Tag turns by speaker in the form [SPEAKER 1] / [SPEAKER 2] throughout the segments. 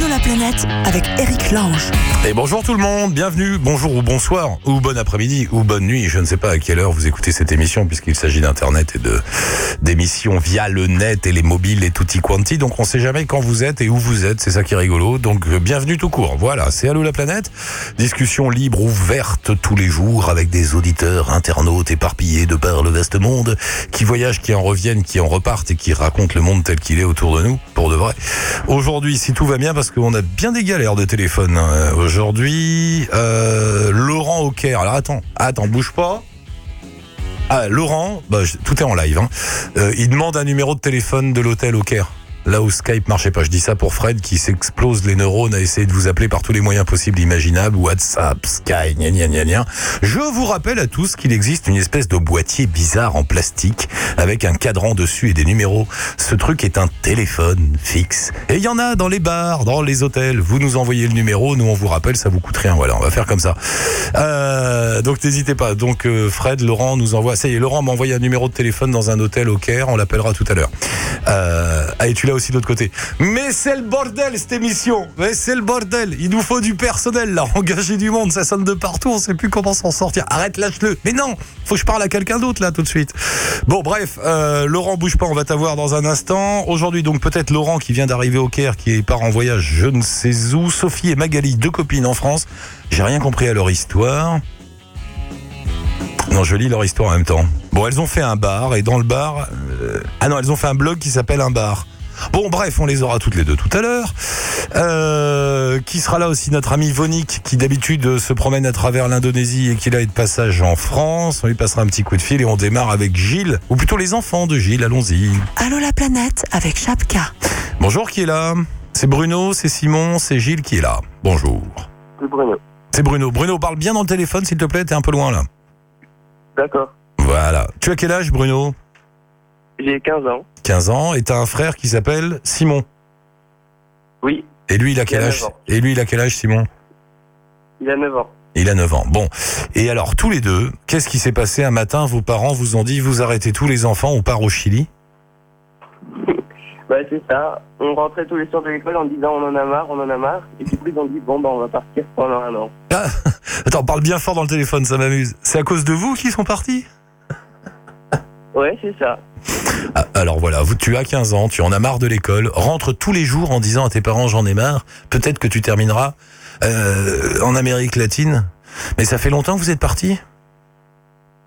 [SPEAKER 1] Mat avec Eric Lange.
[SPEAKER 2] Et bonjour tout le monde, bienvenue, bonjour ou bonsoir, ou bon après-midi, ou bonne nuit. Je ne sais pas à quelle heure vous écoutez cette émission, puisqu'il s'agit d'Internet et de d'émissions via le net et les mobiles et tutti quanti. Donc on ne sait jamais quand vous êtes et où vous êtes, c'est ça qui est rigolo. Donc euh, bienvenue tout court. Voilà, c'est Allô la planète. Discussion libre, ouverte tous les jours avec des auditeurs, internautes éparpillés de par le vaste monde, qui voyagent, qui en reviennent, qui en repartent et qui racontent le monde tel qu'il est autour de nous, pour de vrai. Aujourd'hui, si tout va bien, parce qu'on a bien des galères de téléphone. euh, Aujourd'hui, euh, Laurent Auquer. Alors attends, attends, bouge pas. Ah, Laurent, bah, je- tout est en live. hein. Euh, il demande un numéro de téléphone de l'hôtel au Caire. Là où Skype marchait pas, je dis ça pour Fred qui s'explose les neurones à essayer de vous appeler par tous les moyens possibles et imaginables, WhatsApp, Sky, gna gna gna gna. Je vous rappelle à tous qu'il existe une espèce de boîtier bizarre en plastique avec un cadran dessus et des numéros. Ce truc est un téléphone fixe. Et il y en a dans les bars, dans les hôtels. Vous nous envoyez le numéro, nous on vous rappelle, ça vous coûte rien. Voilà, on va faire comme ça. Euh, donc n'hésitez pas. Donc euh, Fred, Laurent nous envoie. Ça y est, Laurent m'a envoyé un numéro de téléphone dans un hôtel au Caire. On l'appellera tout à l'heure. Euh, ah, et tu l'as aussi de l'autre côté. Mais c'est le bordel cette émission. Mais c'est le bordel. Il nous faut du personnel là. Engager du monde. Ça sonne de partout. On sait plus comment s'en sortir. Arrête, lâche-le. Mais non, faut que je parle à quelqu'un d'autre là tout de suite. Bon, bref, euh, Laurent bouge pas. On va t'avoir dans un instant. Aujourd'hui, donc peut-être Laurent qui vient d'arriver au Caire, qui part en voyage, je ne sais où. Sophie et Magali, deux copines en France. J'ai rien compris à leur histoire. Non, je lis leur histoire en même temps. Bon, elles ont fait un bar et dans le bar. euh, Ah non, elles ont fait un blog qui s'appelle Un bar. Bon, bref, on les aura toutes les deux tout à l'heure. Euh, qui sera là aussi notre ami Vonic, qui d'habitude euh, se promène à travers l'Indonésie et qui là est de passage en France. On lui passera un petit coup de fil et on démarre avec Gilles, ou plutôt les enfants de Gilles. Allons-y.
[SPEAKER 1] Allô la planète avec Chapka.
[SPEAKER 2] Bonjour, qui est là C'est Bruno, c'est Simon, c'est Gilles qui est là. Bonjour.
[SPEAKER 3] C'est Bruno.
[SPEAKER 2] C'est Bruno. Bruno, parle bien dans le téléphone, s'il te plaît. T'es un peu loin là.
[SPEAKER 3] D'accord.
[SPEAKER 2] Voilà. Tu as quel âge, Bruno
[SPEAKER 3] J'ai 15 ans.
[SPEAKER 2] 15 ans. Et t'as un frère qui s'appelle Simon.
[SPEAKER 3] Oui,
[SPEAKER 2] Et lui, il a quel
[SPEAKER 3] Il a
[SPEAKER 2] âge
[SPEAKER 3] 9 ans.
[SPEAKER 2] Et lui, il a quel âge, Simon
[SPEAKER 3] il a 9 ans.
[SPEAKER 2] Il a 9 ans. Bon. Et alors, tous les deux, qu'est-ce qui s'est passé un matin Vos parents vous ont dit vous arrêtez tous les enfants, on part au Chili.
[SPEAKER 3] Bah, c'est ça. On rentrait tous les soirs de l'école en disant on en a marre, on en a marre. Et du coup, ils ont dit bon, bah, on va partir pendant un an.
[SPEAKER 2] Attends, parle bien fort dans le téléphone, ça m'amuse. C'est à cause de vous qu'ils sont partis
[SPEAKER 3] Ouais, c'est ça.
[SPEAKER 2] Ah, Alors voilà, vous, tu as 15 ans, tu en as marre de l'école, rentre tous les jours en disant à tes parents j'en ai marre, peut-être que tu termineras euh, en Amérique latine. Mais ça fait longtemps que vous êtes partis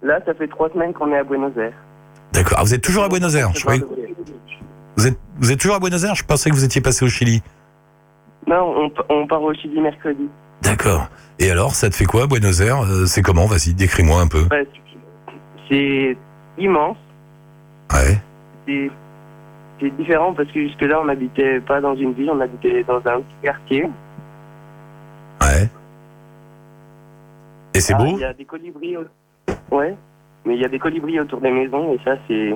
[SPEAKER 3] Là, ça fait trois semaines qu'on est à Buenos Aires.
[SPEAKER 2] D'accord. Ah, vous êtes toujours à Buenos Aires. Je croyais- Vous êtes, vous êtes toujours à Buenos Aires Je pensais que vous étiez passé au Chili.
[SPEAKER 3] Non, on, on part au Chili mercredi.
[SPEAKER 2] D'accord. Et alors, ça te fait quoi, Buenos Aires Euh, C'est comment Vas-y, décris-moi un peu.
[SPEAKER 3] Bah, c'est immense.
[SPEAKER 2] Ouais.
[SPEAKER 3] C'est c'est différent parce que jusque-là, on n'habitait pas dans une ville, on habitait dans un petit quartier.
[SPEAKER 2] Ouais. Et c'est
[SPEAKER 3] Ah,
[SPEAKER 2] beau
[SPEAKER 3] Il y a des colibris. au- Ouais, mais il y a des colibris autour des maisons et ça c'est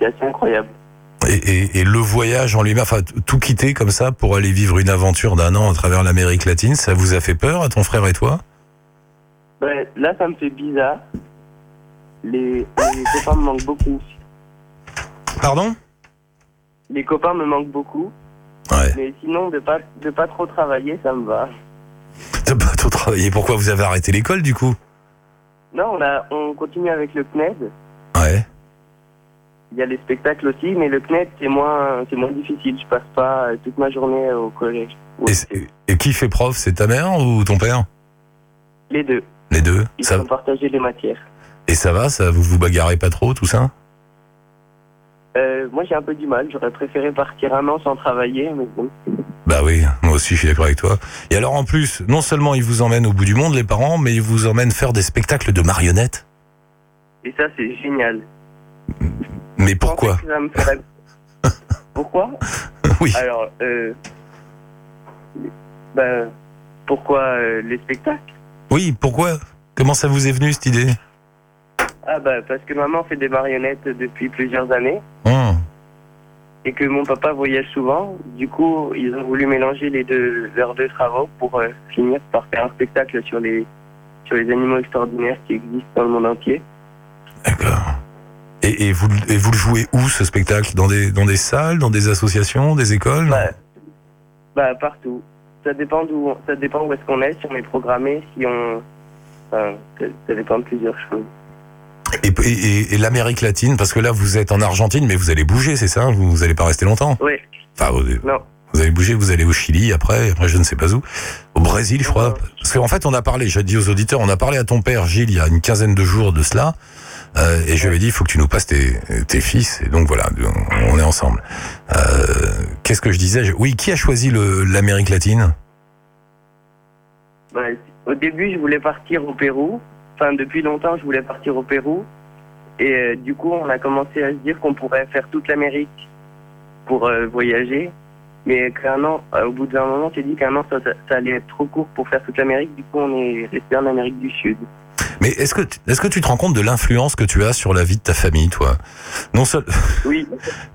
[SPEAKER 3] c'est assez incroyable.
[SPEAKER 2] et, et- et le voyage en lui-même, enfin, t- tout quitter comme ça pour aller vivre une aventure d'un an à travers l'Amérique latine, ça vous a fait peur à ton frère et toi
[SPEAKER 3] Ouais, là ça me fait bizarre. Les, les copains me manquent beaucoup.
[SPEAKER 2] Pardon
[SPEAKER 3] Les copains me manquent beaucoup,
[SPEAKER 2] Ouais.
[SPEAKER 3] mais sinon de pas de pas trop travailler ça me va.
[SPEAKER 2] T'as pas trop travaillé. Pourquoi vous avez arrêté l'école, du coup
[SPEAKER 3] Non, on a- on continue avec le CNED.
[SPEAKER 2] Ouais.
[SPEAKER 3] Il y a les spectacles aussi, mais le CNED c'est moins c'est moins difficile. Je passe pas euh, toute ma journée au collège. au
[SPEAKER 2] Et,
[SPEAKER 3] lycée.
[SPEAKER 2] c'est- et qui fait prof C'est ta mère ou ton père
[SPEAKER 3] Les deux,
[SPEAKER 2] Les deux
[SPEAKER 3] ils
[SPEAKER 2] ça,
[SPEAKER 3] sont partagés les matières.
[SPEAKER 2] Et ça va ça, Vous vous bagarrez pas trop, tout ça
[SPEAKER 3] Euh, moi j'ai un peu du mal. J'aurais préféré partir un an sans travailler, mais bon.
[SPEAKER 2] Bah oui, moi aussi je suis d'accord avec toi. Et alors en plus, non seulement ils vous emmènent au bout du monde, les parents, mais ils vous emmènent faire des spectacles de marionnettes.
[SPEAKER 3] Et ça, c'est génial.
[SPEAKER 2] Mais
[SPEAKER 3] Je pensais
[SPEAKER 2] pourquoi
[SPEAKER 3] que ça me ferait- Pourquoi
[SPEAKER 2] Oui.
[SPEAKER 3] Alors, euh... bah, pourquoi euh, les spectacles
[SPEAKER 2] Oui, pourquoi Comment ça vous est venu cette idée
[SPEAKER 3] Ah bah, parce que maman fait des marionnettes depuis plusieurs années
[SPEAKER 2] Hum,
[SPEAKER 3] et que mon papa voyage souvent. Du coup, ils ont voulu mélanger les deux, leurs deux travaux pour euh, finir par faire un spectacle sur les, sur les animaux extraordinaires qui existent dans le monde entier.
[SPEAKER 2] D'accord. Et, et vous, le- et vous le jouez où ce spectacle Dans des, dans des salles, dans des associations, des écoles
[SPEAKER 3] Ouais. Bah partout. Ça dépend d'où, ça dépend où est-ce qu'on est, si on est programmé, si on, enfin, ça, ça dépend de plusieurs choses.
[SPEAKER 2] Et, et- et- et l'Amérique latine, parce que là, vous êtes en Argentine, mais vous allez bouger, c'est ça Vous n'allez pas rester longtemps
[SPEAKER 3] Oui.
[SPEAKER 2] Enfin, vous,
[SPEAKER 3] Non.
[SPEAKER 2] vous allez bouger, vous allez au Chili après, après je ne sais pas où. Au Brésil, je crois. Parce qu'en fait, on a parlé, j'ai dit aux auditeurs, on a parlé à ton père, Gilles, il y a une quinzaine de jours de cela. euh, et je lui ai dit, il faut que tu nous passes tes, tes fils. Et donc voilà, on est ensemble. Euh, Qu'est-ce que je disais Je- Oui, qui a choisi le- l'Amérique latine
[SPEAKER 3] Bah, au début, je voulais partir au Pérou. Enfin, depuis longtemps, je voulais partir au Pérou. Et euh, du coup, on a commencé à se dire qu'on pourrait faire toute l'Amérique pour euh, voyager. Mais qu'un an, euh, au bout d'un moment, on s'est dit qu'un an, ça, ça, ça allait être trop court pour faire toute l'Amérique. Du coup, on est resté en Amérique du Sud.
[SPEAKER 2] Mais est-ce que, tu- est-ce que tu te rends compte de l'influence que tu as sur la vie de ta famille, toi Non seul,
[SPEAKER 3] Oui,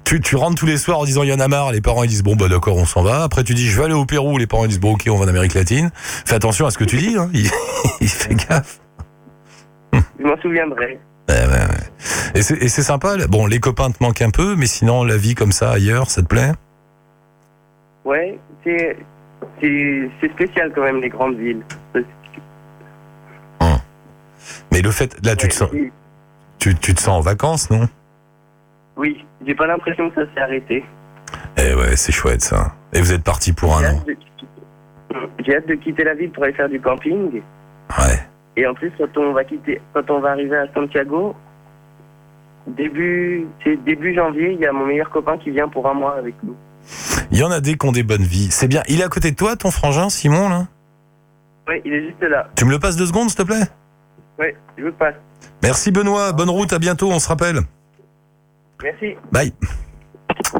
[SPEAKER 2] Tu, tu rentres tous les soirs en disant il y en a marre, les parents ils disent bon bah d'accord on s'en va. Après tu dis je vais aller au Pérou, les parents ils disent bon ok on va en Amérique latine. Fais attention à ce que tu dis, hein. il, il fait gaffe.
[SPEAKER 3] je m'en souviendrai.
[SPEAKER 2] Ouais, ouais, ouais. Et c'est et c'est sympa. là. Bon les copains te manquent un peu, mais sinon la vie comme ça ailleurs, ça te plaît
[SPEAKER 3] Ouais, c'est c'est- c'est spécial quand même, les grandes villes.
[SPEAKER 2] Mais le fait là Ah, tu te sens,
[SPEAKER 3] Ouais.
[SPEAKER 2] tu, tu te sens en vacances non
[SPEAKER 3] Oui, j'ai pas l'impression que ça s'est arrêté.
[SPEAKER 2] Eh ouais c'est chouette ça. Et vous êtes parti pour
[SPEAKER 3] J'ai
[SPEAKER 2] un an.
[SPEAKER 3] hâte de- J'ai hâte de quitter la ville pour aller faire du camping.
[SPEAKER 2] Ouais.
[SPEAKER 3] Et en plus, quand on va quitter, quand on va arriver à Santiago, début, c'est début janvier, il y a mon meilleur copain qui vient pour un mois avec nous.
[SPEAKER 2] Il y en a des qui ont des bonnes vies. C'est bien. Il est à côté de toi ton frangin Simon là.
[SPEAKER 3] Ouais, il est juste là.
[SPEAKER 2] Tu me le passes deux secondes s'il te plaît.
[SPEAKER 3] Ouais, je vous le passe.
[SPEAKER 2] Merci Benoît. Bonne route. À bientôt. On se rappelle.
[SPEAKER 3] Merci.
[SPEAKER 2] Bye.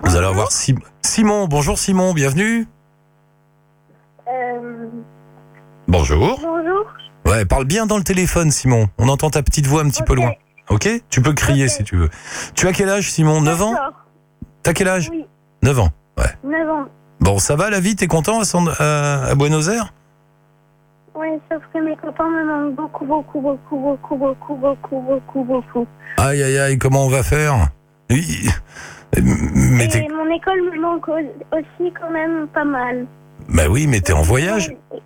[SPEAKER 2] Nous allons avoir Sim- Simon. Bonjour Simon, bienvenue.
[SPEAKER 4] Euh,
[SPEAKER 2] Bonjour.
[SPEAKER 4] bonjour.
[SPEAKER 2] Ouais, parle bien dans le téléphone Simon. On entend ta petite voix un petit peu
[SPEAKER 4] Ok,
[SPEAKER 2] loin. Ok Tu peux crier
[SPEAKER 4] Ok.
[SPEAKER 2] si tu veux. Tu as quel âge Simon 9 ans
[SPEAKER 4] d'accord.
[SPEAKER 2] T'as quel âge
[SPEAKER 4] Oui,
[SPEAKER 2] 9 ans.
[SPEAKER 4] 9 ans.
[SPEAKER 2] Bon, ça va la vie T'es content à, San- à- à Buenos Aires
[SPEAKER 4] Oui, sauf que mes copains me manquent beaucoup, beaucoup, beaucoup, beaucoup, beaucoup, beaucoup, beaucoup, beaucoup.
[SPEAKER 2] Aïe aïe aïe, comment on va faire Oui. Mais
[SPEAKER 4] Et
[SPEAKER 2] t'es...
[SPEAKER 4] mon école me manque au- aussi quand même pas mal.
[SPEAKER 2] Bah oui, mais t'es en voyage.
[SPEAKER 4] Ouais,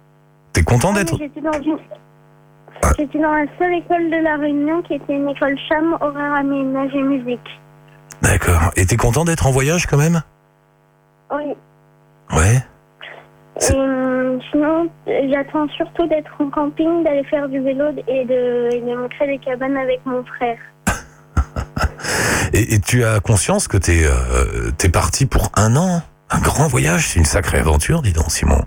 [SPEAKER 2] T'es content
[SPEAKER 4] mais
[SPEAKER 2] d'être...
[SPEAKER 4] J'étais dans une...
[SPEAKER 2] Ah.
[SPEAKER 4] J'étais dans la seule école de la Réunion qui était une école cham, horaire aménage et musique.
[SPEAKER 2] D'accord. Et t'es content d'être en voyage quand même
[SPEAKER 4] Oui.
[SPEAKER 2] Ouais.
[SPEAKER 4] Et
[SPEAKER 2] C'est-
[SPEAKER 4] euh, sinon, euh, j'attends surtout d'être en camping, d'aller faire du vélo et de, et de me créer des cabanes avec mon frère.
[SPEAKER 2] Et, et tu as conscience que t'es euh, t'es parti pour un an Un grand voyage, c'est une sacrée aventure, dis donc Simon.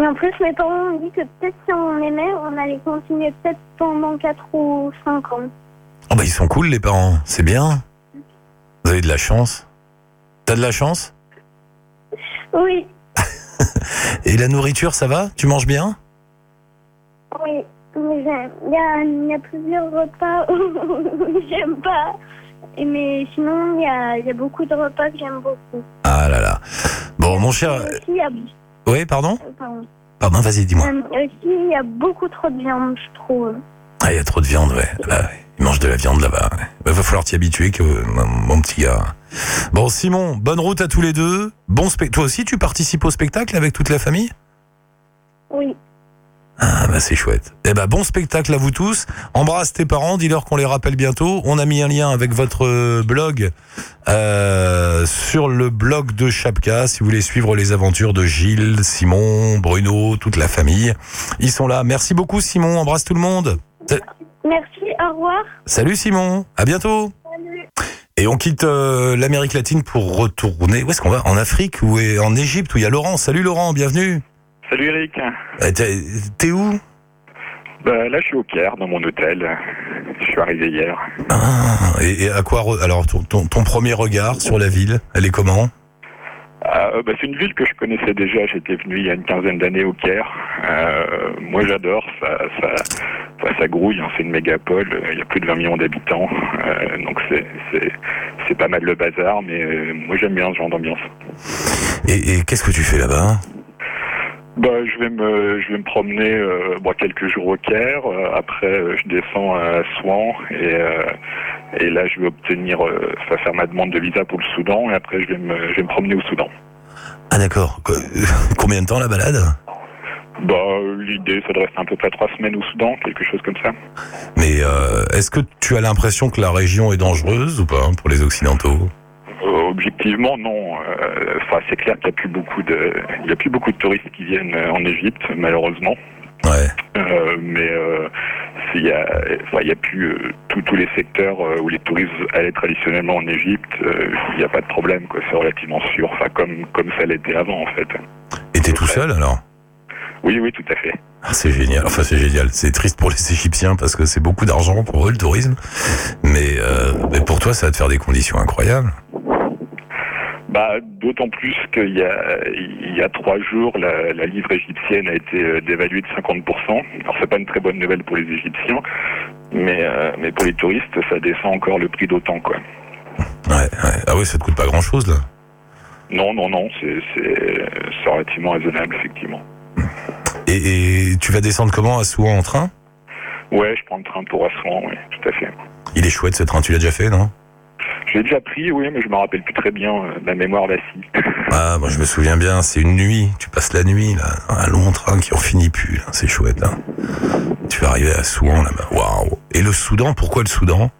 [SPEAKER 4] Et en plus, mes parents ont dit que peut-être si on aimait, on allait continuer peut-être pendant 4 ou 5 ans.
[SPEAKER 2] Oh bah ils sont cool les parents, c'est bien. Vous avez de la chance. T'as de la chance
[SPEAKER 4] Oui,
[SPEAKER 2] Et la nourriture, ça va Tu manges bien
[SPEAKER 4] oui. mais j'aime- Il y a, il y a plusieurs repas où j'aime pas. Et Mais sinon, il y a, il y a beaucoup de repas que j'aime beaucoup.
[SPEAKER 2] Ah là là. Bon, mon cher...
[SPEAKER 4] Et aussi, il y a,
[SPEAKER 2] Oui, pardon
[SPEAKER 4] pardon.
[SPEAKER 2] Pardon, vas-y, dis-moi.
[SPEAKER 4] Euh, aussi, il y a beaucoup trop de viande, je trouve.
[SPEAKER 2] Ah, il y a trop de viande, ouais. Là, ouais. Ils mangent de la viande là-bas. ouais. Bah, va falloir t'y habituer, que, mon- mon petit gars. Bon, Simon, bonne route à tous les deux. Bon spect- Toi aussi, tu participes au spectacle avec toute la famille
[SPEAKER 4] Oui,
[SPEAKER 2] Ah bah c'est chouette. Eh bah bon spectacle à vous tous. Embrasse tes parents, dis-leur qu'on les rappelle bientôt. On a mis un lien avec votre euh, blog euh, sur le blog de Chapka. Si vous voulez suivre les aventures de Gilles, Simon, Bruno, toute la famille, ils sont là. Merci beaucoup Simon. Embrasse tout le monde.
[SPEAKER 4] merci, au revoir.
[SPEAKER 2] Salut Simon. À bientôt.
[SPEAKER 4] Salut.
[SPEAKER 2] Et on quitte euh, l'Amérique latine pour retourner. Où est-ce qu'on va En Afrique ou est- en Égypte où il y a Laurent. Salut Laurent, bienvenue.
[SPEAKER 5] Salut Eric.
[SPEAKER 2] Euh, T'es t'es où
[SPEAKER 5] Bah, là, je suis au Caire, dans mon hôtel. Je suis arrivé hier.
[SPEAKER 2] Ah, et, et à quoi re- alors ton, ton, ton premier regard sur la ville, elle est comment
[SPEAKER 5] Ah, euh, bah, c'est une ville que je connaissais déjà. J'étais venu il y a une quinzaine d'années au Caire. Euh, moi, j'adore. Ça, ça, ça, ça grouille. hein. C'est une mégapole. Il y a plus de 20 millions d'habitants. Euh, donc, c'est, c'est, c'est pas mal le bazar. Mais euh, moi, j'aime bien ce genre d'ambiance.
[SPEAKER 2] Et, et qu'est-ce que tu fais là-bas
[SPEAKER 5] Bah, je vais me, je vais me promener euh, bon, quelques jours au Caire. Euh, après, euh, je descends à Souan et, euh, et là, je vais obtenir, euh, enfin, faire ma demande de visa pour le Soudan. Et après, je vais me, je vais me promener au Soudan.
[SPEAKER 2] Ah d'accord. Qu- Combien de temps la balade
[SPEAKER 5] Bah, euh, l'idée, ça doit rester à peu près trois semaines au Soudan, quelque chose comme ça.
[SPEAKER 2] Mais euh, est-ce que tu as l'impression que la région est dangereuse ou pas hein, pour les Occidentaux
[SPEAKER 5] Euh, objectivement, non. Euh, Enfin, c'est clair qu'il n'y a plus beaucoup de, il y a plus beaucoup de touristes qui viennent euh, en Égypte, malheureusement.
[SPEAKER 2] Ouais.
[SPEAKER 5] Euh, mais euh, s'il y a, enfin, il y a plus euh, tous- tous les secteurs euh, où les touristes allaient traditionnellement en Égypte. euh, il n'y a pas de problème, quoi. C'est relativement sûr. Enfin, comme comme ça l'était avant, en fait.
[SPEAKER 2] Et t'es tout seul alors
[SPEAKER 5] Oui, oui, tout à fait.
[SPEAKER 2] Ah, C'est génial. Enfin c'est génial. C'est triste pour les Égyptiens parce que c'est beaucoup d'argent pour eux le tourisme. Mais, euh, mais pour toi ça va te faire des conditions incroyables.
[SPEAKER 5] Bah, d'autant plus qu'il y a, il y a trois jours, la, la livre égyptienne a été euh, dévaluée de 50%. Alors, c'est pas une très bonne nouvelle pour les Égyptiens, mais, euh, mais pour les touristes, ça descend encore le prix d'autant, quoi.
[SPEAKER 2] Ouais, ouais. Ah oui ça te coûte pas grand chose là.
[SPEAKER 5] Non, non, non, c'est, c'est, c'est relativement raisonnable, effectivement.
[SPEAKER 2] Et, et tu vas descendre comment à Souan en train
[SPEAKER 5] Ouais, je prends le train pour Assouan, oui, tout à fait.
[SPEAKER 2] Il est chouette ce train, tu l'as déjà fait, non
[SPEAKER 5] J'ai déjà pris, oui, mais je me rappelle plus très bien, euh, ma mémoire vacille.
[SPEAKER 2] Ah, moi je me souviens bien, c'est une nuit, tu passes la nuit, là, un long train qui en finit plus, là, c'est chouette, là. Tu vas arriver à Souan, là-bas, waouh Et le Soudan, pourquoi le Soudan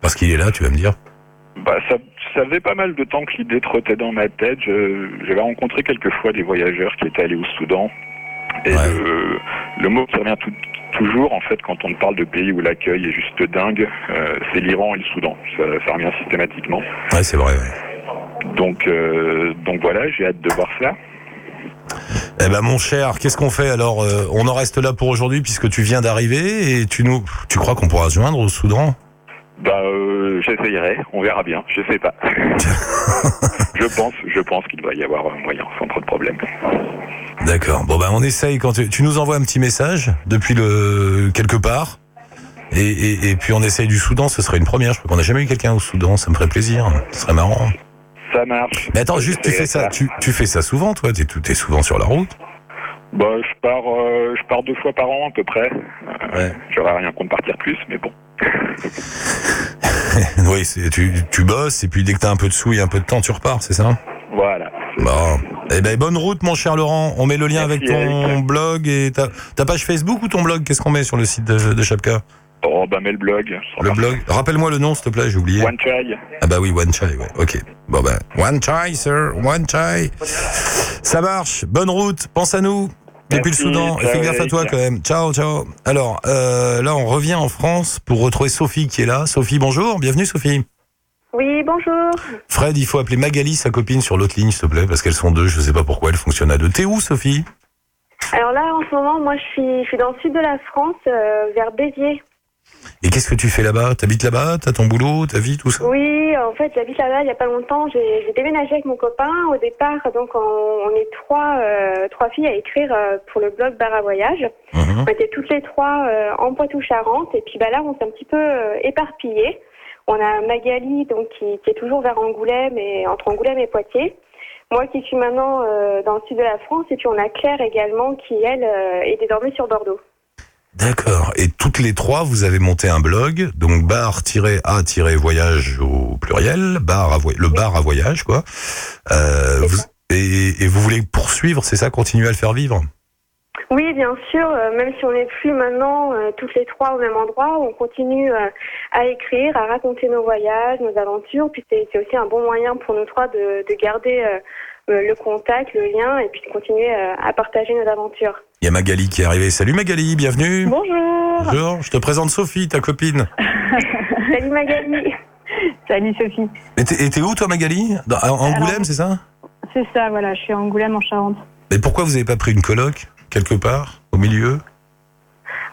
[SPEAKER 2] Parce qu'il est là, tu vas me dire
[SPEAKER 5] Bah, ça, ça faisait pas mal de temps que l'idée trottait dans ma tête. Je- J'avais rencontré quelques fois des voyageurs qui étaient allés au Soudan. Et
[SPEAKER 2] Ouais.
[SPEAKER 5] le, le mot qui revient tout- toujours, en fait, quand on parle de pays où l'accueil est juste dingue, euh, c'est l'Iran et le Soudan. Ça, ça revient systématiquement.
[SPEAKER 2] Ouais, c'est vrai, ouais.
[SPEAKER 5] Donc, euh, donc voilà, j'ai hâte de voir ça.
[SPEAKER 2] Eh ben, mon cher, qu'est-ce qu'on fait alors euh, On en reste là pour aujourd'hui, puisque tu viens d'arriver, et tu nous... Tu crois qu'on pourra se joindre au Soudan
[SPEAKER 5] Bah, euh, j'essayerai, on verra bien, je sais pas. je pense, je pense qu'il doit y avoir un moyen, sans trop de problème.
[SPEAKER 2] D'accord, bon ben, on essaye, quand tu... tu nous envoies un petit message, depuis le... quelque part et, et, et puis on essaye du Soudan, ce serait une première. Je crois qu'on n'a jamais eu quelqu'un au Soudan, ça me ferait plaisir, hein. ce serait marrant.
[SPEAKER 5] Ça marche.
[SPEAKER 2] Mais attends, juste, tu fais ça, tu, tu fais ça souvent, toi T'es tout- t'es souvent sur la route
[SPEAKER 5] Bah, je pars, euh, je pars deux fois par an à peu près. Euh,
[SPEAKER 2] Ouais.
[SPEAKER 5] J'aurais rien contre partir plus, mais bon.
[SPEAKER 2] Oui, c'est- tu, tu bosses, et puis dès que t'as un peu de sous et un peu de temps, tu repars, c'est ça
[SPEAKER 5] Voilà.
[SPEAKER 2] Bon. Eh ben, bonne route, mon cher Laurent. On met le lien
[SPEAKER 5] Merci,
[SPEAKER 2] avec ton
[SPEAKER 5] Eric.
[SPEAKER 2] blog et ta, ta page Facebook ou ton blog Qu'est-ce qu'on met sur le site de, de Chapka
[SPEAKER 5] Oh, bah, mets le blog.
[SPEAKER 2] Le blog Rappelle-moi le nom, s'il te plaît, j'ai oublié.
[SPEAKER 5] One Chai.
[SPEAKER 2] Ah bah oui, One Chai, ouais, ok. Bon ben, One Chai, sir, One Chai. Ça marche, bonne route, pense à nous. Depuis
[SPEAKER 5] Merci,
[SPEAKER 2] le Soudan, et
[SPEAKER 5] ciao,
[SPEAKER 2] fais gaffe à toi
[SPEAKER 5] Eric.
[SPEAKER 2] quand même. Ciao, ciao. Alors, euh, là, on revient en France pour retrouver Sophie qui est là. Sophie, bonjour, bienvenue Sophie.
[SPEAKER 4] Oui, bonjour.
[SPEAKER 2] Fred, il faut appeler Magali, sa copine, sur l'autre ligne, s'il te plaît, parce qu'elles sont deux, je sais pas pourquoi elles fonctionnent à deux. T'es où, Sophie
[SPEAKER 4] Alors là, en ce moment, moi, je suis, je suis dans le sud de la France, euh, vers Béziers.
[SPEAKER 2] Et qu'est-ce que tu fais là-bas T'habites là-bas T'as ton boulot, ta vie, tout ça
[SPEAKER 4] Oui, en fait, j'habite là-bas il n'y a pas longtemps. J'ai j'ai déménagé avec mon copain. Au départ, donc, on, on est trois, euh, trois filles à écrire euh, pour le blog Bar à Voyage.
[SPEAKER 2] Mhm.
[SPEAKER 4] On était toutes les trois euh, en Poitou-Charentes. Et puis bah, là, on s'est un petit peu euh, éparpillés. On a Magali donc, qui, qui est toujours vers Angoulême, et, entre Angoulême et Poitiers. Moi qui suis maintenant euh, dans le sud de la France. Et puis on a Claire également qui, elle, euh, est désormais sur Bordeaux.
[SPEAKER 2] D'accord. Et toutes les trois, vous avez monté un blog, donc bar-a-voyage au pluriel, bar à voy- le bar à voyage, quoi. Euh, vous- et, et vous voulez poursuivre, c'est ça, continuer à le faire vivre
[SPEAKER 4] Oui, bien sûr, euh, même si on n'est plus maintenant euh, toutes les trois au même endroit, on continue euh, à écrire, à raconter nos voyages, nos aventures. Puis c'est c'est aussi un bon moyen pour nous trois de, de garder euh, euh, le contact, le lien, et puis de continuer euh, à partager nos aventures.
[SPEAKER 2] Il y a Magali qui est arrivée. Salut Magali, bienvenue.
[SPEAKER 6] Bonjour
[SPEAKER 2] Bonjour, je te présente Sophie, ta copine.
[SPEAKER 4] Salut Magali
[SPEAKER 6] Salut Sophie.
[SPEAKER 2] Et t'es et t'es où toi Magali Dans- à Angoulême, c'est ça
[SPEAKER 6] C'est ça, voilà, je suis à Angoulême en Charente.
[SPEAKER 7] Ah,
[SPEAKER 2] Mais pourquoi vous n'avez pas pris une coloc quelque part au milieu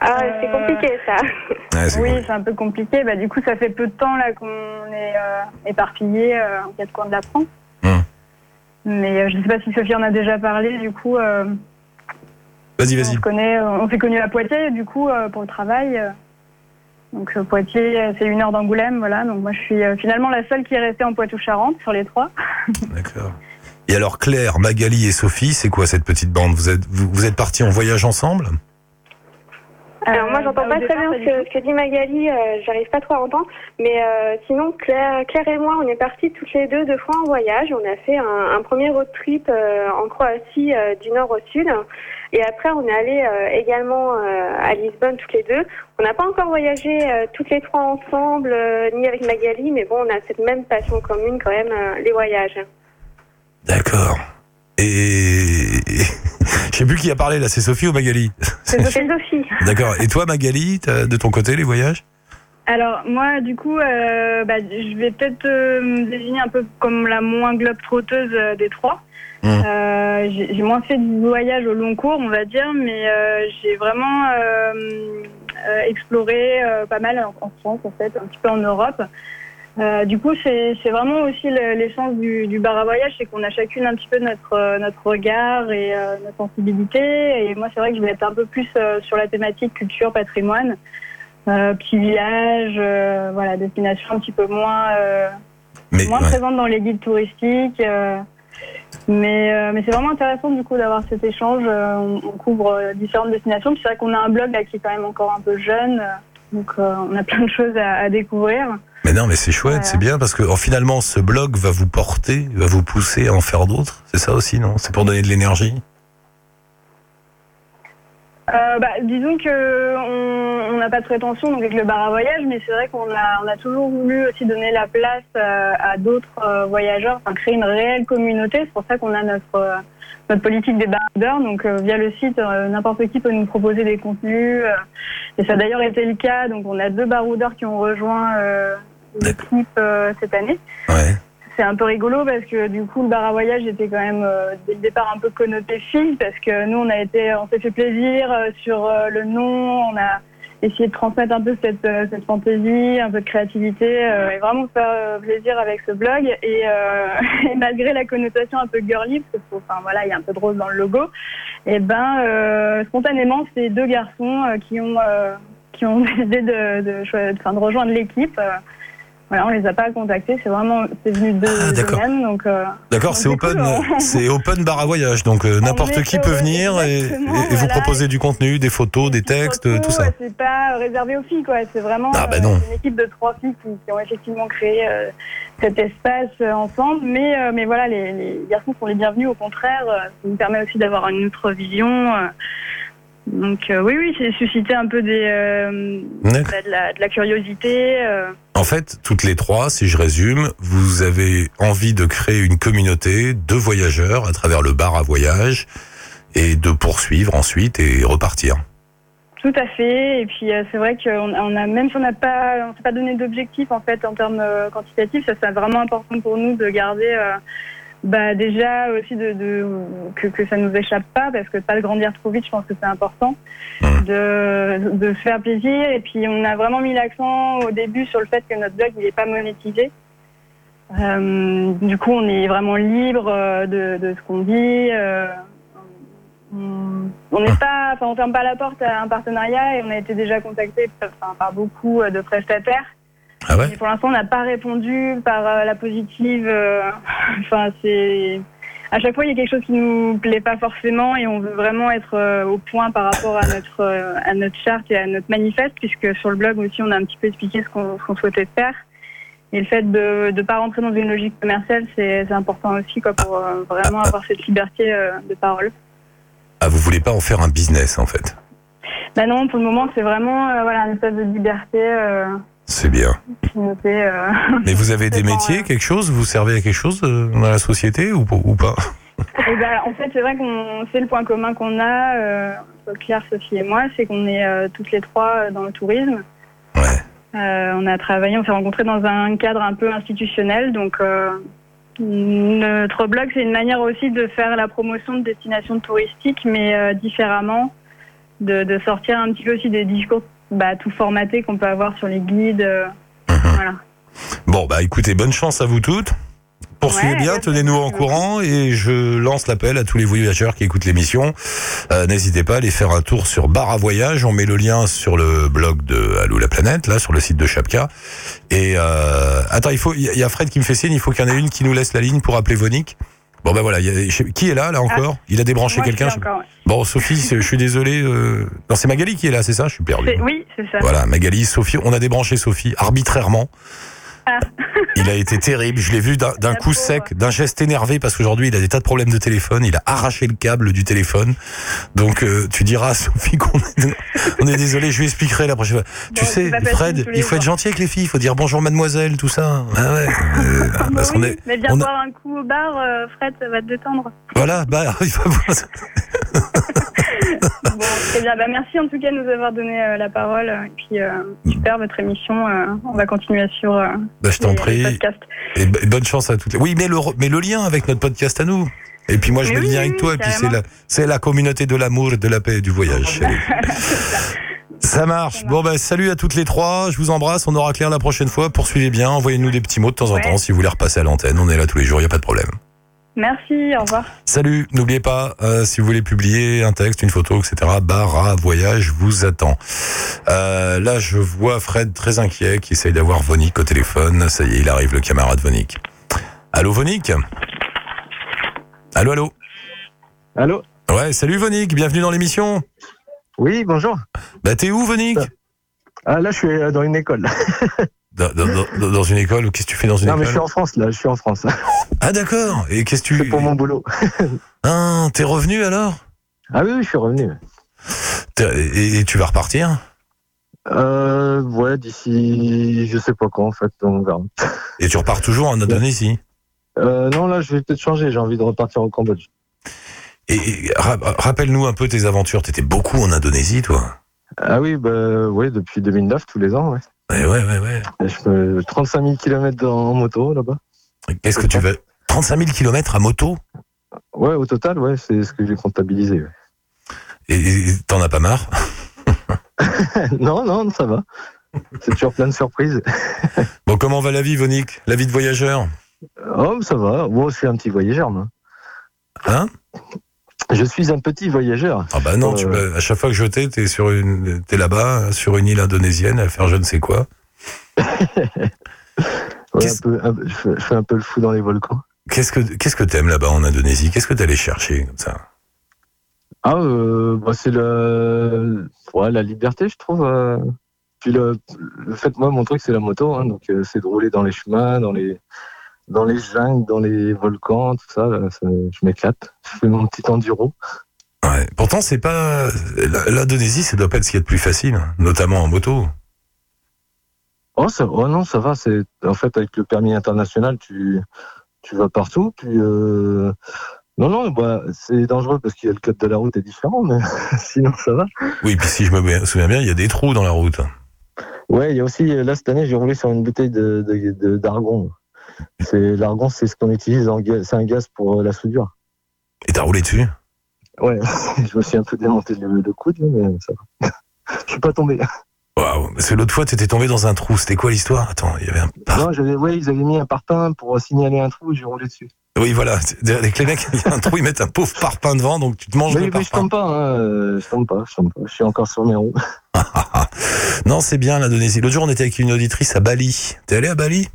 [SPEAKER 4] Ah,
[SPEAKER 6] Euh,
[SPEAKER 4] c'est compliqué ça.
[SPEAKER 2] Ouais, c'est
[SPEAKER 6] Oui,
[SPEAKER 2] cool.
[SPEAKER 6] c'est un peu compliqué. Bah, du coup, ça fait peu de temps là qu'on est euh, éparpillés euh, en quatre coins de la France.
[SPEAKER 2] Hum.
[SPEAKER 6] Mais euh, je ne sais pas si Sophie en a déjà parlé. Du coup, euh,
[SPEAKER 2] Vas-y,
[SPEAKER 6] on,
[SPEAKER 2] vas-y.
[SPEAKER 6] se connaît, euh, on s'est connus à Poitiers, du coup, euh, pour le travail. euh. Donc euh, Poitiers, euh, c'est une heure d'Angoulême, voilà. Donc moi, je suis euh, finalement la seule qui est restée en Poitou-Charentes sur les trois.
[SPEAKER 2] D'accord. Et alors Claire, Magali et Sophie, c'est quoi cette petite bande Vous êtes vous, vous êtes partis en voyage ensemble
[SPEAKER 7] Alors
[SPEAKER 6] Euh,
[SPEAKER 7] moi j'entends
[SPEAKER 6] bah,
[SPEAKER 7] pas
[SPEAKER 6] au
[SPEAKER 7] très
[SPEAKER 6] départ,
[SPEAKER 7] bien
[SPEAKER 6] pas
[SPEAKER 7] ce que, ce que dit Magali, euh, j'arrive pas trop à entendre. Mais euh, sinon Claire, Claire et moi on est partis toutes les deux deux fois en voyage. On a fait un, un premier road trip euh, en Croatie euh, du nord au sud. Et après on est allé euh, également euh, à Lisbonne toutes les deux. On n'a pas encore voyagé euh, toutes les trois ensemble, euh, ni avec Magali, mais bon on a cette même passion commune quand même, euh, les voyages.
[SPEAKER 2] D'accord. Et. Je sais plus qui a parlé là, c'est Sophie ou Magali
[SPEAKER 7] C'est Sophie.
[SPEAKER 2] D'accord. Et toi, Magali, t'as- de ton côté, les voyages
[SPEAKER 6] Alors moi, du coup, euh, bah, je vais peut-être euh, me désigner un peu comme la moins globe trotteuse des trois.
[SPEAKER 2] Mm.
[SPEAKER 6] Euh, j'ai j'ai moins fait de voyages au long cours, on va dire, mais euh, j'ai vraiment euh, euh, exploré euh, pas mal en, en France, en fait, un petit peu en Europe. Euh, du coup, c'est c'est vraiment aussi le- l'essence du, du bar à voyage, c'est qu'on a chacune un petit peu notre, euh, notre regard et euh, notre sensibilité. Et moi, c'est vrai que je vais être un peu plus euh, sur la thématique culture, patrimoine euh, petits villages, euh, voilà, destination un petit peu moins, euh,
[SPEAKER 2] Mais
[SPEAKER 6] moins
[SPEAKER 2] ouais.
[SPEAKER 6] présente dans les guides touristiques. euh, mais euh, mais c'est vraiment intéressant du coup d'avoir cet échange. euh, on, on couvre euh, différentes destinations. Puis c'est vrai qu'on a un blog là qui est quand même encore un peu jeune, euh, donc euh, on a plein de choses à, à découvrir.
[SPEAKER 2] Mais non, mais c'est chouette,
[SPEAKER 6] Voilà.
[SPEAKER 2] c'est bien parce que oh, finalement, ce blog va vous porter, va vous pousser à en faire d'autres. C'est ça aussi, non C'est pour donner de l'énergie.
[SPEAKER 6] Euh, bah, disons que on on n'a pas de prétention donc avec le bar à voyage, mais c'est vrai qu'on a, on a toujours voulu aussi donner la place euh, à d'autres euh, voyageurs, enfin créer une réelle communauté. C'est pour ça qu'on a notre euh, notre politique des baroudeurs. Donc euh, via le site, euh, n'importe qui peut nous proposer des contenus. euh, et ça a d'ailleurs été le cas. Donc on a deux baroudeurs qui ont rejoint euh, l'équipe euh, cette année
[SPEAKER 2] Ouais.
[SPEAKER 6] c'est un peu rigolo parce que du coup le bar à voyage était quand même euh, dès le départ un peu connoté fille parce que nous on a été on s'est fait plaisir euh, sur euh, le nom on a essayé de transmettre un peu cette euh, cette fantaisie un peu de créativité euh, et vraiment faire euh, plaisir avec ce blog et, euh, et malgré la connotation un peu girly parce que enfin voilà il y a un peu de rose dans le logo et ben euh, spontanément c'est deux garçons euh, qui ont euh, qui ont décidé de de, choi- enfin, de rejoindre l'équipe euh, voilà, on les a pas contactés, c'est vraiment c'est venu de
[SPEAKER 2] Ah, d'accord.
[SPEAKER 6] même donc euh,
[SPEAKER 2] D'accord,
[SPEAKER 6] Donc,
[SPEAKER 2] c'est
[SPEAKER 6] du coup,
[SPEAKER 2] open,
[SPEAKER 6] on-
[SPEAKER 2] c'est open bar à voyage, donc euh, n'importe
[SPEAKER 6] est
[SPEAKER 2] qui peut
[SPEAKER 6] heureux,
[SPEAKER 2] venir et,
[SPEAKER 6] exactement,
[SPEAKER 2] et- et vous
[SPEAKER 6] voilà.
[SPEAKER 2] proposer du contenu, des photos, des textes, euh, tout ça.
[SPEAKER 6] Ouais, C'est pas euh, réservé aux filles, quoi. C'est vraiment
[SPEAKER 2] Ah, bah
[SPEAKER 6] euh,
[SPEAKER 2] non.
[SPEAKER 6] une équipe de trois filles qui, qui ont effectivement créé euh, cet espace euh, ensemble. Mais, euh, mais voilà, les, les garçons sont les bienvenus. Au contraire, euh, ça nous permet aussi d'avoir une autre vision. euh. donc euh, oui, oui, c'est susciter un peu des, euh,
[SPEAKER 2] D'accord.
[SPEAKER 6] bah, de, la, de la curiosité. euh.
[SPEAKER 2] En fait, toutes les trois, si je résume, vous avez envie de créer une communauté de voyageurs à travers le bar à voyage et de poursuivre ensuite et repartir.
[SPEAKER 6] Tout à fait. Et puis euh, c'est vrai qu'on on a même si on n'a pas, on s'est pas donné d'objectif en fait en termes euh, quantitatifs, ça c'est vraiment important pour nous de garder. euh, bah déjà aussi de, de que, que ça nous échappe pas parce que de pas le grandir trop vite je pense que c'est important
[SPEAKER 2] Mhm.
[SPEAKER 6] de, de se faire plaisir et puis on a vraiment mis l'accent au début sur le fait que notre blog il est pas monétisé Euh, du coup on est vraiment libre euh, de, de ce qu'on dit euh, on Hmm. on n'est pas, enfin, on ferme pas la porte à un partenariat et on a été déjà contacté enfin, par beaucoup euh, de prestataires.
[SPEAKER 2] Ah ouais
[SPEAKER 6] Et pour l'instant, on n'a pas répondu par euh, la positive. euh, Enfin, c'est à chaque fois il y a quelque chose qui nous plaît pas forcément et on veut vraiment être euh, au point par rapport à notre euh, à notre charte et à notre manifeste puisque sur le blog aussi on a un petit peu expliqué ce qu'on ce qu'on souhaitait faire. Et le fait de ne pas rentrer dans une logique commerciale, c'est c'est important aussi quoi, pour euh, vraiment avoir cette liberté euh, de parole.
[SPEAKER 2] Ah, vous voulez pas en faire un business en fait.
[SPEAKER 6] Bah non, pour le moment, c'est vraiment euh, voilà, un espace de liberté euh,
[SPEAKER 2] C'est bien.
[SPEAKER 6] qui nous fait, euh,
[SPEAKER 2] Mais vous avez des
[SPEAKER 6] Complètement,
[SPEAKER 2] métiers,
[SPEAKER 6] ouais.
[SPEAKER 2] quelque chose Vous servez à quelque chose euh, dans la société ou, ou pas
[SPEAKER 6] Eh ben, en fait, c'est vrai qu'on c'est le point commun qu'on a, euh, entre Claire, Sophie et moi, c'est qu'on est euh, toutes les trois euh, dans le tourisme.
[SPEAKER 2] Ouais.
[SPEAKER 6] Euh, on a travaillé, on s'est rencontrés dans un cadre un peu institutionnel, donc euh, notre blog c'est une manière aussi de faire la promotion de destinations touristiques, mais euh, différemment, de, de sortir un petit peu aussi des discours bah, tout formatés qu'on peut avoir sur les guides. euh, voilà.
[SPEAKER 2] Bon, bah écoutez, bonne chance à vous toutes. Poursuivez
[SPEAKER 6] Ouais,
[SPEAKER 2] bien,
[SPEAKER 6] merci
[SPEAKER 2] tenez-nous en
[SPEAKER 6] beaucoup.
[SPEAKER 2] courant et je lance l'appel à tous les voyageurs qui écoutent l'émission. Euh, N'hésitez pas à aller faire un tour sur Bar à Voyage. On met le lien sur le blog de Allô la planète, là, sur le site de Chapka. Et euh, attends, il faut, il y a- il y a Fred qui me fait signe. Il faut qu'il y en ait une qui nous laisse la ligne pour appeler Vonique. Bon ben voilà, il y a- je sais- qui est là là encore Il a débranché
[SPEAKER 6] Ah. Moi, je
[SPEAKER 2] quelqu'un
[SPEAKER 6] suis encore, ouais.
[SPEAKER 2] je- Bon Sophie, c'est- je suis désolé. euh, Non c'est Magali qui est là, c'est ça Je suis perdu.
[SPEAKER 6] C'est- Oui, c'est ça.
[SPEAKER 2] Voilà, Magali, Sophie, on a débranché Sophie arbitrairement.
[SPEAKER 6] Ah.
[SPEAKER 2] Il a été terrible, je l'ai vu d'un d'un
[SPEAKER 6] La
[SPEAKER 2] coup
[SPEAKER 6] pauvre.
[SPEAKER 2] sec, d'un geste énervé, parce qu'aujourd'hui il a des tas de problèmes de téléphone, il a arraché le câble du téléphone. Donc euh, tu diras à Sophie qu'on est, on est désolé, je lui expliquerai la prochaine fois. tu
[SPEAKER 6] Bon,
[SPEAKER 2] sais,
[SPEAKER 6] c'est pas facile
[SPEAKER 2] Fred,
[SPEAKER 6] tous les
[SPEAKER 2] il faut être
[SPEAKER 6] jours.
[SPEAKER 2] gentil avec les filles, il faut dire bonjour mademoiselle, tout ça. Ah ouais, euh,
[SPEAKER 6] Bah
[SPEAKER 2] parce qu'on
[SPEAKER 6] oui,
[SPEAKER 2] est,
[SPEAKER 6] Mais viens
[SPEAKER 2] on a-
[SPEAKER 6] boire un coup au bar, euh, Fred, ça va te détendre.
[SPEAKER 2] voilà, bah, il faut voir ça.
[SPEAKER 6] Bon, très bien. Bah, merci en tout cas de nous avoir donné euh, la parole. Et puis, euh,
[SPEAKER 2] Mm.
[SPEAKER 6] super, votre émission. euh, on va continuer à suivre euh,
[SPEAKER 2] Bah, je
[SPEAKER 6] les-
[SPEAKER 2] t'en
[SPEAKER 6] les
[SPEAKER 2] prie.
[SPEAKER 6] podcasts.
[SPEAKER 2] Et b- bonne chance à toutes. les- Oui, mais le, re- mais le lien avec notre podcast à nous. Et puis moi, je
[SPEAKER 6] Mais
[SPEAKER 2] vais le
[SPEAKER 6] oui,
[SPEAKER 2] lien avec
[SPEAKER 6] oui,
[SPEAKER 2] toi. Et puis c'est
[SPEAKER 6] carrément.
[SPEAKER 2] la, c'est la communauté de l'amour, et de la paix et du voyage. chérie. Ça marche. Bon, bah, salut à toutes les trois. Je vous embrasse. On aura clair la prochaine fois. Poursuivez bien. Envoyez-nous des petits mots de temps en
[SPEAKER 6] Ouais.
[SPEAKER 2] temps si vous voulez repasser à l'antenne. On est là tous les jours. Il n'y a pas de problème.
[SPEAKER 6] Merci, au revoir.
[SPEAKER 2] Salut. N'oubliez pas, euh, si vous voulez publier un texte, une photo, etc., bar à voyage vous attend. Euh, là, je vois Fred très inquiet qui essaye d'avoir Vonique au téléphone. Ça y est, il arrive le camarade Vonique. Allô, Vonique Allô, allô
[SPEAKER 8] Allô
[SPEAKER 2] Ouais, salut Vonique, bienvenue dans l'émission.
[SPEAKER 8] Oui, bonjour.
[SPEAKER 2] Bah, t'es où, Vonique
[SPEAKER 8] Ah, là, je suis euh, dans une école. là.
[SPEAKER 2] dans, dans- dans- dans une école Qu'est-ce que tu fais dans une
[SPEAKER 8] Non, mais je suis
[SPEAKER 2] école
[SPEAKER 8] en France, là. Je suis en France.
[SPEAKER 2] Ah, d'accord. Et qu'est-ce que
[SPEAKER 8] C'est
[SPEAKER 2] tu.
[SPEAKER 8] pour mon boulot.
[SPEAKER 2] Hein, t'es revenu alors
[SPEAKER 8] Ah oui, oui, je suis revenu.
[SPEAKER 2] T'es- et, et tu vas repartir
[SPEAKER 8] Euh, ouais, d'ici, je sais pas quand, en fait, on verra.
[SPEAKER 2] Et tu repars toujours en Indonésie
[SPEAKER 8] Euh, non, là, je vais peut-être changer. J'ai envie de repartir au Cambodge.
[SPEAKER 2] Et, et ra- rappelle-nous un peu tes aventures. T'étais beaucoup en Indonésie, toi
[SPEAKER 8] Ah oui, bah, ouais, depuis 2009, tous les ans, ouais.
[SPEAKER 2] Ouais, ouais, ouais. ouais.
[SPEAKER 8] Et Je fais 35 000 km en moto, là-bas.
[SPEAKER 2] Qu'est-ce que tu vas. 35 000 km à moto
[SPEAKER 8] Ouais, au total, ouais, c'est ce que j'ai comptabilisé. ouais.
[SPEAKER 2] Et- Et et t'en as pas marre
[SPEAKER 8] non, non, ça va. C'est toujours plein de surprises.
[SPEAKER 2] Bon, comment va la vie, Vonique La vie de voyageur
[SPEAKER 8] Oh, ça va. Bon, je suis un petit voyageur, moi.
[SPEAKER 2] Hein
[SPEAKER 8] Je suis un petit voyageur.
[SPEAKER 2] Ah bah non, tu,
[SPEAKER 8] Euh.
[SPEAKER 2] bah, à chaque fois que je t'ai, t'es sur une, t'es là-bas, sur une île indonésienne à faire je ne sais quoi.
[SPEAKER 8] Ouais, un
[SPEAKER 2] Qu'est-ce-
[SPEAKER 8] peu, un- je fais je fais un peu le fou dans les volcans.
[SPEAKER 2] Qu'est-ce que, qu'est-ce que t'aimes là-bas en Indonésie Qu'est-ce que t'es allé chercher comme ça
[SPEAKER 8] Ah, euh, bah, c'est le, ouais, la liberté, je trouve. euh. Puis le, le fait, moi, mon truc, c'est la moto, hein, donc euh, c'est de rouler dans les chemins, dans les, dans les jungles, dans les volcans, tout ça. là, ça- je m'éclate. Je fais mon petit enduro.
[SPEAKER 2] Ouais. Pourtant, c'est pas l'Indonésie, ça doit pas être ce qu'il y a de plus facile, notamment en moto.
[SPEAKER 8] Oh, ça, oh non, ça va. C'est en fait avec le permis international, tu, tu vas partout. Puis euh, non, non, bah, c'est dangereux parce que le code de la route est différent, mais sinon ça va.
[SPEAKER 2] Oui, puis si je me souviens bien, il y a des trous dans la route.
[SPEAKER 8] Ouais, il y a aussi, euh, là, cette année, j'ai roulé sur une bouteille de, de, de- d'argon. C'est, l'argon, c'est ce qu'on utilise, en gaz, c'est un gaz pour euh, la soudure.
[SPEAKER 2] Et t'as roulé dessus
[SPEAKER 8] Ouais, je me suis un peu démonté le, le coude, mais euh, ça va. Je suis pas tombé.
[SPEAKER 2] Waouh Parce que l'autre fois, t'étais tombé dans un trou. C'était quoi l'histoire Attends, il y avait un. par-
[SPEAKER 8] Non, j'avais, ouais, ils avaient mis un parpaing pour euh, signaler un trou, j'ai roulé dessus.
[SPEAKER 2] Oui, voilà. C'est- Avec les mecs, il y a un trou, ils mettent un pauvre parpaing devant, donc tu te manges le
[SPEAKER 8] Mais, mais je
[SPEAKER 2] parpaing.
[SPEAKER 8] tombe pas, hein, euh, je tombe pas, je tombe pas. Je suis encore sur mes roues.
[SPEAKER 2] Ah, Non, c'est bien l'Indonésie. L'autre jour, on était avec une auditrice à Bali. T'es allé à Bali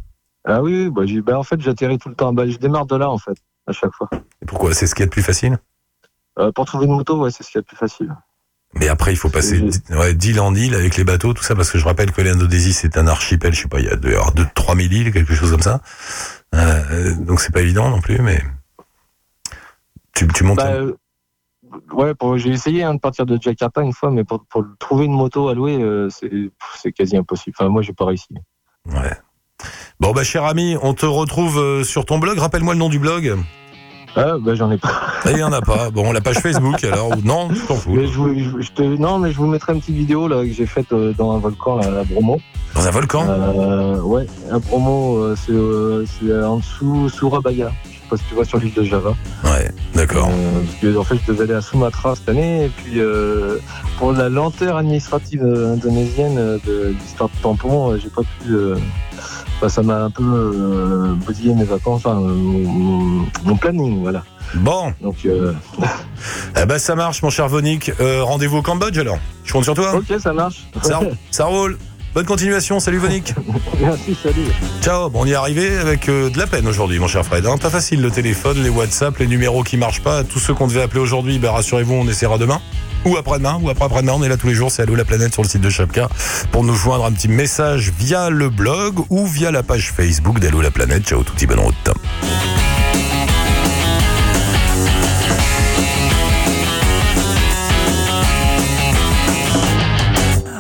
[SPEAKER 8] Ah oui, oui, bah, j'ai, bah, en fait, j'atterris tout le temps. Bah, je démarre de là, en fait, à chaque fois.
[SPEAKER 2] Et Pourquoi C'est ce qu'il y a de plus facile
[SPEAKER 8] Euh, pour trouver une moto, ouais, c'est ce qu'il y a de plus facile.
[SPEAKER 2] Mais après, il faut passer
[SPEAKER 8] Oui.
[SPEAKER 2] d- ouais, d'île en île avec les bateaux, tout ça, parce que je rappelle que l'Indonésie, c'est un archipel, je sais pas, il y a 2 trois mille îles, quelque chose comme ça. Euh, donc c'est pas évident non plus, mais. Tu, tu montes.
[SPEAKER 8] Bah,
[SPEAKER 2] un-
[SPEAKER 8] euh, ouais, pour- j'ai essayé hein, de partir de Jakarta une fois, mais pour, pour trouver une moto à louer, euh, c'est pff, c'est quasi impossible. Enfin, moi, j'ai pas réussi.
[SPEAKER 2] ouais. Bon, bah, cher ami, on te retrouve euh, sur ton blog. Rappelle-moi le nom du blog.
[SPEAKER 8] Ah, bah, j'en ai pas.
[SPEAKER 2] Ah, il y en a pas. Bon, la page Facebook, alors. ou- Non, tu t'en fous.
[SPEAKER 8] Mais je vous- je- je te- non, mais je vous mettrai une petite vidéo là, que j'ai faite euh, dans un volcan là, à Bromo.
[SPEAKER 2] Dans un volcan
[SPEAKER 8] Euh, ouais, à Bromo, euh, c'est euh, c'est, euh, en dessous, Surabaga. Je sais pas si tu vois sur l'île de Java.
[SPEAKER 2] Ouais, d'accord.
[SPEAKER 8] Euh, parce que, en fait, je devais aller à Sumatra cette année. Et puis, euh, pour la lenteur administrative euh, indonésienne euh, de l'histoire de tampon, euh, j'ai pas pu. euh, bah, ça m'a un peu euh, bousillé mes vacances, enfin, euh, mon, mon planning, voilà.
[SPEAKER 2] Bon,
[SPEAKER 8] Donc, euh,
[SPEAKER 2] eh ben, ça marche, mon cher Vonique. Euh, Rendez-vous au Cambodge, alors. Je compte sur toi.
[SPEAKER 8] ok, ça marche.
[SPEAKER 2] Ça, ça roule. Bonne continuation. Salut, Vonique.
[SPEAKER 8] Merci, salut.
[SPEAKER 2] Ciao, bon, on y est arrivé avec euh, de la peine aujourd'hui, mon cher Fred. hein. Pas facile le téléphone, les WhatsApp, les numéros qui marchent pas, tous ceux qu'on devait appeler aujourd'hui, ben, rassurez-vous, on essaiera demain. Ou après-demain, ou après-après-demain, on est là tous les jours, c'est Allo la planète sur le site de Chapka pour nous joindre un petit message via le blog ou via la page Facebook d'Allo la planète. Ciao, tout petit bonne route.